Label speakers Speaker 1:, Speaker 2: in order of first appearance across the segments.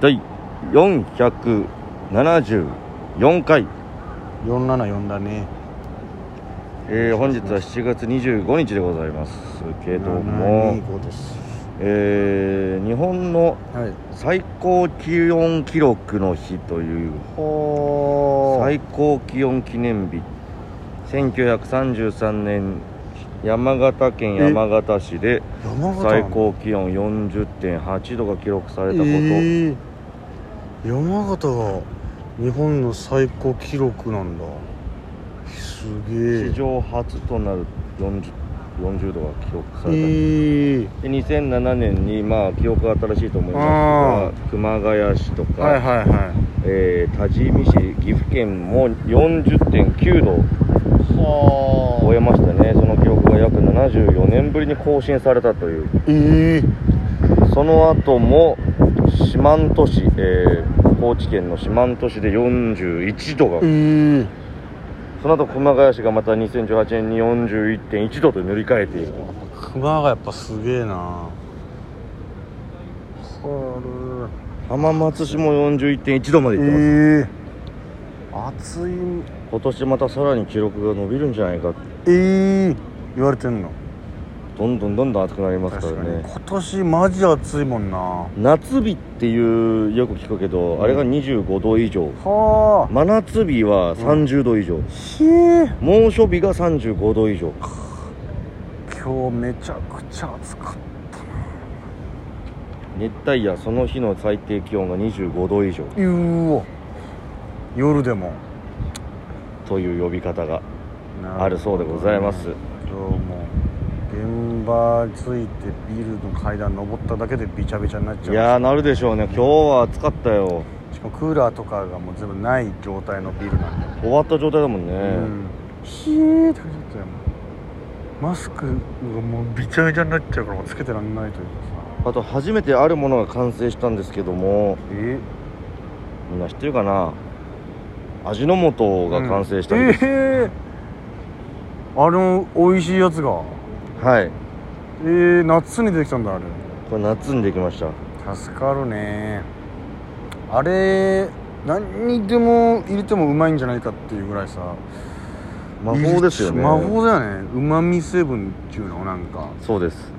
Speaker 1: 第474回、
Speaker 2: 474だね
Speaker 1: えー本日は7月25日でございますけども、
Speaker 2: 725です
Speaker 1: えー日本の
Speaker 2: はい
Speaker 1: 最高気温記録の日という
Speaker 2: ほ
Speaker 1: 最高気温記念日1933年山形県
Speaker 2: え
Speaker 1: 山形市で
Speaker 2: 山形
Speaker 1: 最高気温40.8度が記録され
Speaker 2: え
Speaker 1: たこと、
Speaker 2: ー、山形が日本の最高記録なんだすげえ
Speaker 1: 史上初となる 40, 40度が記録された、
Speaker 2: えー、
Speaker 1: で2007年にまあ記憶が新しいと思いますが熊谷市とか、
Speaker 2: はいはいはい
Speaker 1: えー多治見市岐阜県も40.9度を超えましたねその記録が約74年ぶりに更新されたという
Speaker 2: えー、
Speaker 1: その後も四万十市、えー高知県の四万十市で41度が、
Speaker 2: えー、
Speaker 1: その後熊谷市がまた2018年に41.1度と塗り替えている
Speaker 2: 熊がやっぱすげえなは
Speaker 1: 浜松市も41.1度まで
Speaker 2: え
Speaker 1: いってます、
Speaker 2: ー、暑い
Speaker 1: 今年またさらに記録が伸びるんじゃないか
Speaker 2: えー、言われてんの
Speaker 1: どんどんどんどん暑くなりますから
Speaker 2: 確かに
Speaker 1: ね
Speaker 2: 今年マジ暑いもんな
Speaker 1: 夏日っていうよく聞くけど、あれが25度以上
Speaker 2: は
Speaker 1: 真夏日は30度以上、
Speaker 2: あひえ
Speaker 1: 猛暑日が35度以上
Speaker 2: 今日めちゃくちゃ暑かっ
Speaker 1: 熱帯夜その日の最低気温が25度以上
Speaker 2: たうわ夜でも
Speaker 1: という呼び方があるそうでございます
Speaker 2: 今日も現場着いてビルの階段登っただけでびちゃびちゃになっちゃう
Speaker 1: いやーなるでしょうね今日は暑かったよ
Speaker 2: しかもクーラーとかがもう全部ない状態のビルなんで、
Speaker 1: 終わった状態だもんね、
Speaker 2: うんひえって感じだったよもうマスクがもうびちゃびちゃになっちゃうからもうつけてらんないというかさ
Speaker 1: あと初めてあるものが完成したんですけども
Speaker 2: え
Speaker 1: みんな知ってるかな味の素が完成したんです、
Speaker 2: ええあの美味しいやつが
Speaker 1: はい
Speaker 2: えー、夏にできたんだあれ
Speaker 1: これ夏にできました
Speaker 2: 助かるねあれ何にでも入れてもうまいんじゃないかっていうぐらいさ
Speaker 1: 魔法ですよね
Speaker 2: 魔法だよねうまみ成分っていうのなんか
Speaker 1: そうです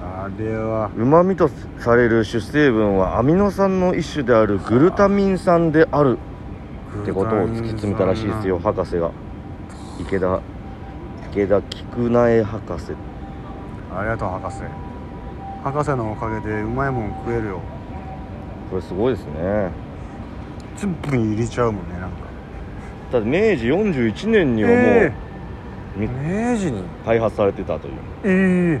Speaker 2: あれは
Speaker 1: うまみとされる主成分はアミノ酸の一種であるグルタミン酸であるってことを突き詰めたらしいですよ博士が池田池田菊苗博士
Speaker 2: ありがとう博士博士のおかげでうまいもん食えるよ
Speaker 1: これすごいですね
Speaker 2: 全部に入れちゃうもんねなんか
Speaker 1: ただ明治41年にはもう、
Speaker 2: ええ
Speaker 1: み
Speaker 2: 明治に
Speaker 1: 開発されてたという
Speaker 2: ええ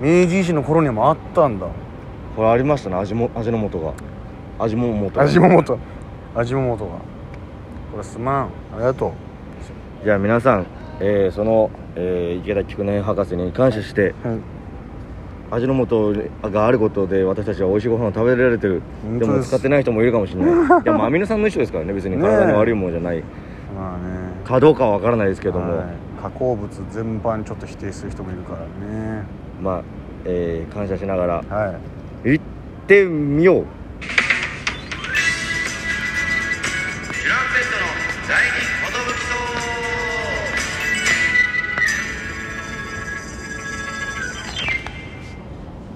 Speaker 2: 明治維新の頃にもあったんだ
Speaker 1: これありましたね味も味の素が味も素が
Speaker 2: 味もと味もとがこれすまんありがと
Speaker 1: じゃあ皆さん、えーその、えー池田菊苗博士に感謝して
Speaker 2: う、はい、
Speaker 1: 味の素があることで私たちは美味しいご飯を食べられてる
Speaker 2: 本
Speaker 1: で
Speaker 2: 当
Speaker 1: も
Speaker 2: です
Speaker 1: 使ってない人もいるかもしれ ないいやまあアミノ酸の一種ですからね別に体に
Speaker 2: ねえ
Speaker 1: 悪いものじゃない
Speaker 2: まあね
Speaker 1: かどうかは分からないですけども、
Speaker 2: はい加工物全般ちょっと否定する人もいるからね
Speaker 1: まあ、えー感謝しながら
Speaker 2: はい
Speaker 1: 行ってみようチュランペットの第二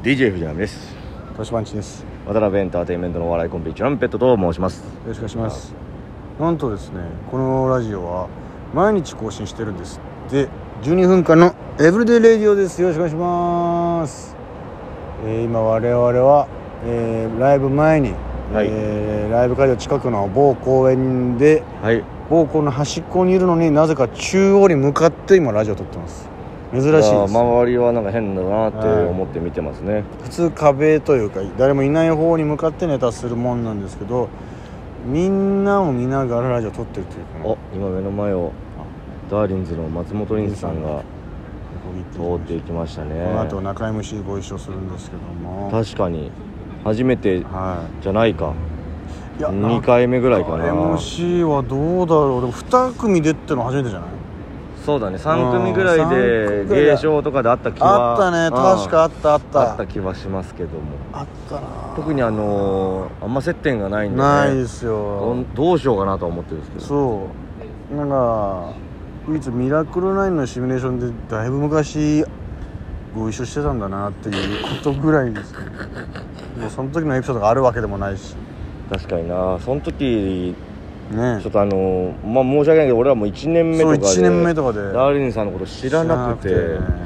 Speaker 1: DJ 藤波です
Speaker 2: 豊島んちですよ
Speaker 1: 渡辺エンターテインメントのお笑いコンビチュランペットと申します
Speaker 2: ろしくお願いしますなんとですねこのラジオは毎日更新してるんですで12分間のエブリデイレディオですよろしくお願いします、えー今我々は、えーライブ前に、
Speaker 1: はい
Speaker 2: えーライブ会場近くの某公園で
Speaker 1: はい
Speaker 2: 某公園の端っこにいるのになぜか中央に向かって今ラジオ撮ってます珍し
Speaker 1: だ
Speaker 2: い
Speaker 1: か
Speaker 2: です
Speaker 1: ら周りはなんか変だなって思って見てますね、
Speaker 2: 普通壁というか誰もいない方に向かってネタするもんなんですけどみんなを見ながらラジオ撮ってるというか
Speaker 1: あ今目の前をダーリンズの松本凛さんが通
Speaker 2: こう言
Speaker 1: っ
Speaker 2: ってて
Speaker 1: いきましたね
Speaker 2: この後中居 MC ご一緒するんですけども
Speaker 1: 確かに初めて
Speaker 2: は
Speaker 1: じゃないか
Speaker 2: いいや
Speaker 1: 2回目ぐらいかな
Speaker 2: MC はどうだろうでも2組でっての初めてじゃない
Speaker 1: そうだね3組ぐらいで
Speaker 2: うん三組ぐらいだ
Speaker 1: 芸賞とかであった気は
Speaker 2: あったね確かあったあっ
Speaker 1: うんあ
Speaker 2: た
Speaker 1: った気はしますけども
Speaker 2: あったな
Speaker 1: 特にあのーあんま接点がないんで、ね、
Speaker 2: ないです
Speaker 1: ど
Speaker 2: よ
Speaker 1: んどうしようかなとは思ってるんですけど
Speaker 2: そうなんか唯一ミラクル9のシミュレーションでだいぶ昔ご一緒してたんだなっていうことぐらいですよもうその時のエピソードがあるわけでもないし
Speaker 1: 確かになその時
Speaker 2: ね
Speaker 1: ちょっとあのーまあ申し訳ないけど俺はもう1年目と
Speaker 2: そ
Speaker 1: か
Speaker 2: う
Speaker 1: で
Speaker 2: 1年目とかで
Speaker 1: ダーリンさんのこと知らなくて
Speaker 2: 知らなくね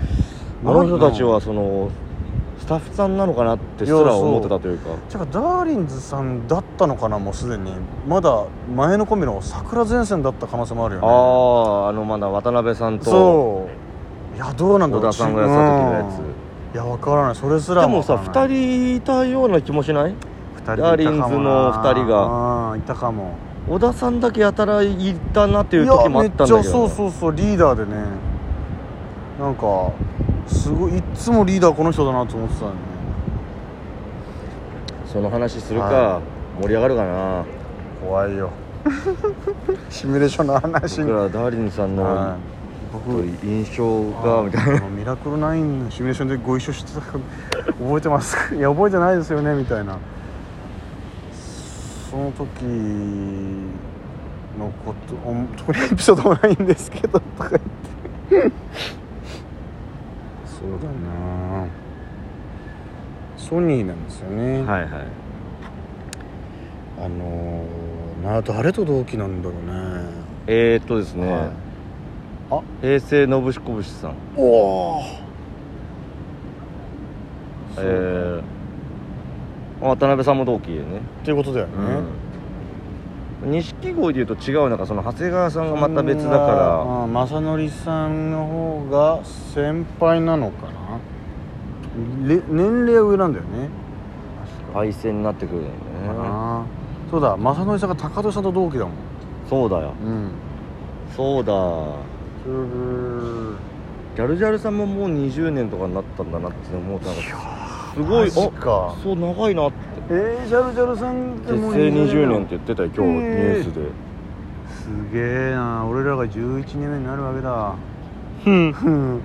Speaker 1: あの人たちはそのスタッフさんなのかなってす
Speaker 2: いや
Speaker 1: ら
Speaker 2: そう
Speaker 1: 思ってたというか
Speaker 2: てかダーリンズさんだったのかなもうすでにまだ前のコンビの桜前線だった可能性もあるよね
Speaker 1: あああのまだ渡辺さんと
Speaker 2: そういやどうなんだ
Speaker 1: 小
Speaker 2: ろう
Speaker 1: 田さんがやった時の
Speaker 2: うん
Speaker 1: や
Speaker 2: いやわからないそれす
Speaker 1: つで
Speaker 2: らも
Speaker 1: もさ
Speaker 2: わから
Speaker 1: 2
Speaker 2: な
Speaker 1: 人
Speaker 2: い
Speaker 1: いたような気もしない
Speaker 2: 二人でいたかも
Speaker 1: ダ
Speaker 2: な
Speaker 1: ーリンズの二人が
Speaker 2: うんいたかも
Speaker 1: 小田さんだけやたらいたなっていう時もあったんだけど
Speaker 2: いやめっちゃそう
Speaker 1: う
Speaker 2: そうそうリーダーでねなんかすごいいっつもリーダーこの人だなと思ってたよね
Speaker 1: その話するか
Speaker 2: は
Speaker 1: 盛り上がるかな
Speaker 2: 怖いよシミュレーションの話
Speaker 1: 僕らダーリンさんのちょっ
Speaker 2: はい僕
Speaker 1: と印象
Speaker 2: あ
Speaker 1: が
Speaker 2: ー
Speaker 1: みたいな
Speaker 2: あのミラクル9のシミュレーションでご一緒してたから 覚えてますかいや覚えてないですよねみたいなその時のことお特にエピソードもないんですけどとか言ってそうだなソニーなんですよね、
Speaker 1: はいはい
Speaker 2: あのーな誰と同期なんだろうね
Speaker 1: えー、っとですね、
Speaker 2: はいあ
Speaker 1: 平成のぶしこぶしさん
Speaker 2: おお
Speaker 1: えー、渡辺さんも同期でね
Speaker 2: っていうことだよね、
Speaker 1: うん錦鯉でいうと違うなんかその長谷川さんがまた別だか
Speaker 2: あー正則さんの方が先輩なのかなれ年齢は上なんだよね
Speaker 1: らパイセンになってくるんだ
Speaker 2: か
Speaker 1: よね
Speaker 2: なそうだ正則さんが高利さんと同期だもん
Speaker 1: そうだよ
Speaker 2: うん
Speaker 1: そうだジャルジャルさんももう20年とかになったんだなって思うとなんかすごい
Speaker 2: マジか
Speaker 1: あそう長いなって
Speaker 2: えー、ジャルジャルさんって
Speaker 1: 結
Speaker 2: もう
Speaker 1: 成20年って
Speaker 2: て
Speaker 1: 言ってたよ今日ニ
Speaker 2: えー
Speaker 1: ュースです
Speaker 2: げえな俺らが11年目になるわけだふんふん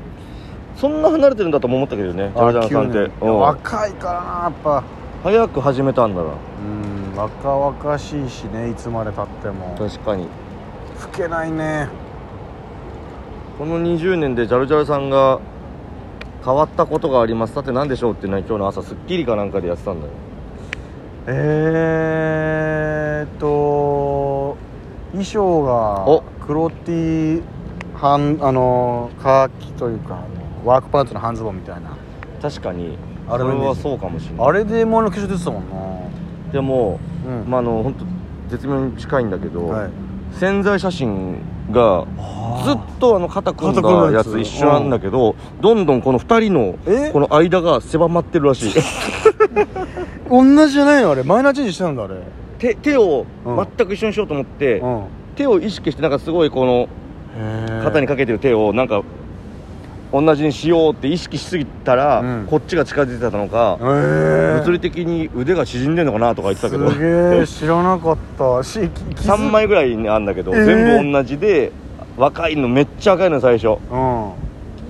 Speaker 1: そんな離れてるんだとも思ったけどねジャルジャルさんってうん
Speaker 2: 若いからなやっぱ
Speaker 1: 早く始めたんだな
Speaker 2: うん若々しいしねいつまでたっても老
Speaker 1: 確かに
Speaker 2: けないね
Speaker 1: この20年でジャルジャルさんが変わったことがありますさて何でしょうっていうのは今日の朝『スッキリ』かなんかでやってたんだよ
Speaker 2: えーっと衣装
Speaker 1: お
Speaker 2: が黒 T 半あのカーキというかあのワークパンツの半ズボンみたいな
Speaker 1: 確かに
Speaker 2: あ
Speaker 1: そ
Speaker 2: れ
Speaker 1: れ
Speaker 2: のイメ
Speaker 1: は
Speaker 2: ージ
Speaker 1: そうかもしれない
Speaker 2: あれで前の化粧出てたもん
Speaker 1: でも
Speaker 2: なうん、
Speaker 1: まああの本当絶妙に近いんだけど、
Speaker 2: はい、
Speaker 1: 潜在写真がずっとあの肩組ん
Speaker 2: 肩組
Speaker 1: だ
Speaker 2: んだ
Speaker 1: や
Speaker 2: やつ
Speaker 1: つ一緒なんだけど、どんどんこの2人の
Speaker 2: え
Speaker 1: この間が狭まってるらしい
Speaker 2: 同じじゃないのあれマイナーチェンジしてたんだあれ
Speaker 1: 手手を
Speaker 2: うん
Speaker 1: 全く一緒にしようと思って、
Speaker 2: うん
Speaker 1: 手を意識してなんかすごいこの
Speaker 2: へ
Speaker 1: 肩にかけてる手をなんか同じにしようって意識しすぎたら、
Speaker 2: うん
Speaker 1: こっちが近づいてたのか、
Speaker 2: え
Speaker 1: 物理的に腕が縮んでんのかなとか言ってたけど
Speaker 2: すげえ知らなかったし
Speaker 1: 3
Speaker 2: 3
Speaker 1: 枚ぐらいにあんだけど、
Speaker 2: えー
Speaker 1: 全部同じで若いのめっちゃ赤いの最初
Speaker 2: う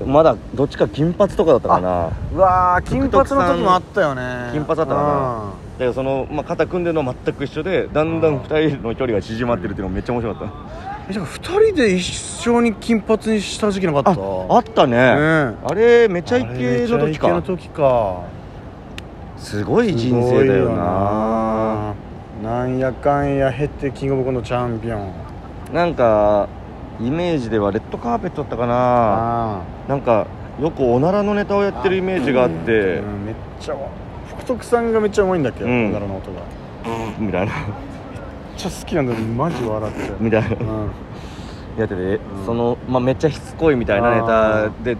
Speaker 2: ん
Speaker 1: まだどっちか金髪とかだったかな
Speaker 2: うわー金髪の
Speaker 1: TikTok
Speaker 2: 時
Speaker 1: さん
Speaker 2: もあったよね
Speaker 1: 金髪だったかな
Speaker 2: うん
Speaker 1: だからその、まあ、肩組んでるのは全く一緒でだんだん2人の距離が縮まってるっていうのめっちゃ面白かっ
Speaker 2: えじゃあ2人で一緒に金髪にした時期なかった
Speaker 1: たあったね
Speaker 2: ねえ
Speaker 1: あれめちゃイケの時
Speaker 2: あれめちゃイ
Speaker 1: か
Speaker 2: ケの時か
Speaker 1: すごい人生だよな
Speaker 2: すごいよななんやかんや経ってキングオブコントチャンピオン
Speaker 1: なんかイメージではレッドカーペットだったかな
Speaker 2: あ
Speaker 1: なんかよくおならのネタをやってるイメージがあって
Speaker 2: うんめっちゃ福徳さんがめっちゃうまいんだっけ
Speaker 1: うん
Speaker 2: 女の音がめっ
Speaker 1: みたいな
Speaker 2: ちゃ好きなんだよマジ笑って
Speaker 1: みたいな
Speaker 2: うん
Speaker 1: やってて、その、まあ、めっちゃしつこいみたいなネタ
Speaker 2: あー
Speaker 1: で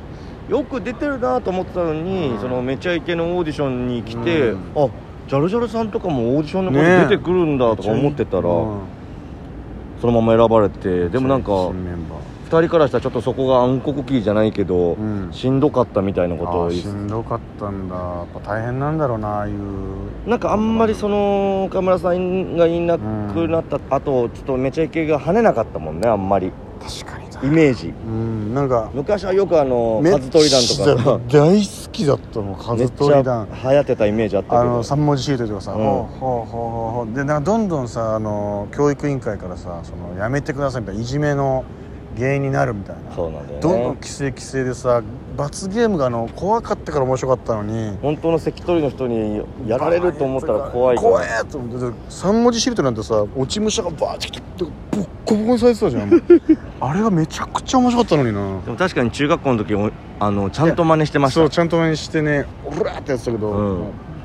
Speaker 1: よく出てるなと思ってたのに、
Speaker 2: うん
Speaker 1: そのめちゃイケのオーディションに来て、
Speaker 2: うん
Speaker 1: あジャルジャルさんとかもオーディションの子
Speaker 2: ね
Speaker 1: に
Speaker 2: え
Speaker 1: 出てくるんだとか思ってたら、
Speaker 2: うん
Speaker 1: そのまま選ばれてでもなんか
Speaker 2: 新メンバー
Speaker 1: 2人からしたらちょっとそこが暗黒期じゃないけど、
Speaker 2: うん
Speaker 1: しんどかったみたいなこと
Speaker 2: あ
Speaker 1: を
Speaker 2: ー
Speaker 1: 言っ
Speaker 2: してんどかったんだやっぱ大変なんだろうなああいう
Speaker 1: なんかあんまりその岡村さんがいなくなった後ちょっとめちゃイケが跳ねなかったもんねあんまり
Speaker 2: 確かに確
Speaker 1: イメージ
Speaker 2: うんなんか
Speaker 1: 昔はよくあの
Speaker 2: めっ
Speaker 1: 数取り団とか
Speaker 2: 大好きだったの
Speaker 1: さめ
Speaker 2: 数
Speaker 1: っ
Speaker 2: 取
Speaker 1: ちゃ
Speaker 2: り
Speaker 1: 流
Speaker 2: 団
Speaker 1: 行ってたイメージあったけ
Speaker 2: あの
Speaker 1: ど
Speaker 2: 三文字シートとかさ、
Speaker 1: うん
Speaker 2: ほうほうほうほうほうでなんかどんどんさあの教育委員会からさそのやめてくださいみたいないじめの原因になるみたいな
Speaker 1: そうなんだよね
Speaker 2: どんどん規制規制でさ罰ゲームがあの怖かったから面白かったのに
Speaker 1: 本当の関取の人にやられると思ったら怖いから
Speaker 2: 怖えと思ってだって三文字シートなんてさ落ち武者がバーってきてボッコボコにされてたじ ゃんあれがめちゃくちゃ面白かったのにな
Speaker 1: でも確かに中学校の時おあのちゃんと真似してまし
Speaker 2: そう
Speaker 1: た
Speaker 2: ちゃんと応援してねオラーってやってたけど、
Speaker 1: うん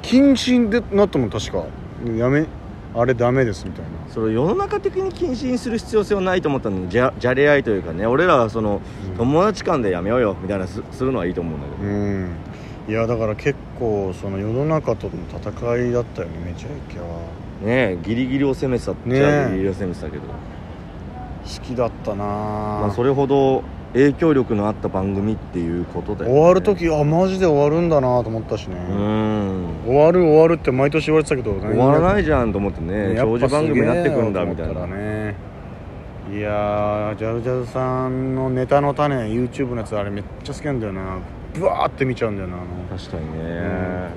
Speaker 2: 禁止でなったもん確かやめあれダメですみたいな
Speaker 1: それ世の中的に禁止にする必要性はないと思ったのでじゃじゃれ合いというかね俺らはその、
Speaker 2: うん
Speaker 1: 友達間でやめようよみたいなすするのはいいと思うんだけど、
Speaker 2: うんいやだから結構その世の中との戦いだったよねめちゃイケは
Speaker 1: ねえギリギリを攻めてたっち
Speaker 2: ね
Speaker 1: ゃ
Speaker 2: え
Speaker 1: ギリギリを攻めてたけど、
Speaker 2: 好きだったな、
Speaker 1: まあ、それほど影響力のあった番組っていうことで、
Speaker 2: 終わる時あマジで終わるんだなと思ったしね、
Speaker 1: うん
Speaker 2: 終わる終わるって毎年言われてたけど
Speaker 1: 終わらないいじゃんと思ってね長寿番組になってくんだみたいな
Speaker 2: ねいやージャルジャルさんのネタの種 YouTube のやつあれめっちゃ好きなんだよなブワーって見ちゃうんだよなあの
Speaker 1: 確かにね、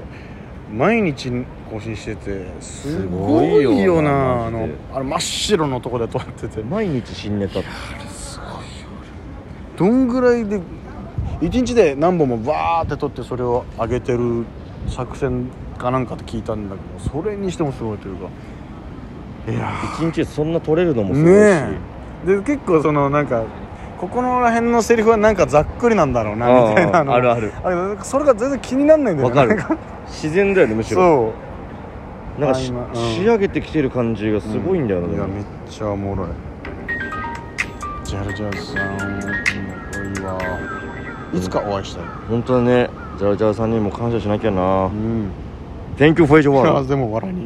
Speaker 2: 毎日更新しててすご
Speaker 1: ご
Speaker 2: い
Speaker 1: い
Speaker 2: よ
Speaker 1: よなマ
Speaker 2: なあ
Speaker 1: ジ
Speaker 2: の
Speaker 1: で
Speaker 2: あの真っ白のとこで撮ってて
Speaker 1: 毎日新ネタって
Speaker 2: どんぐらいで1日で何本もバーって撮ってそれを上げてる作戦かなんかって聞いたんだけどそれにしてもすごいというかいや
Speaker 1: 一日そんな撮れるのもすごいし、
Speaker 2: ねえで結構そのなんかここのら辺のセリフはなんかざっくりなんだろうなみたいな
Speaker 1: うん
Speaker 2: の
Speaker 1: あるある
Speaker 2: あれなんかそれが全然気になんないんだよ
Speaker 1: わ
Speaker 2: ね
Speaker 1: かる
Speaker 2: なん
Speaker 1: 自然だよねむしろ
Speaker 2: そう
Speaker 1: なんかし、
Speaker 2: まあ今うん
Speaker 1: 仕上げてきてる感じがすごいんだよな、
Speaker 2: い
Speaker 1: でも
Speaker 2: やめっちゃおもろいジャルジャルさんいいわいつかお会いしたい
Speaker 1: 本当だねジャラジャラさんにも感謝しなきゃな
Speaker 2: うん
Speaker 1: Thank you for your
Speaker 2: い
Speaker 1: work
Speaker 2: やでも笑いに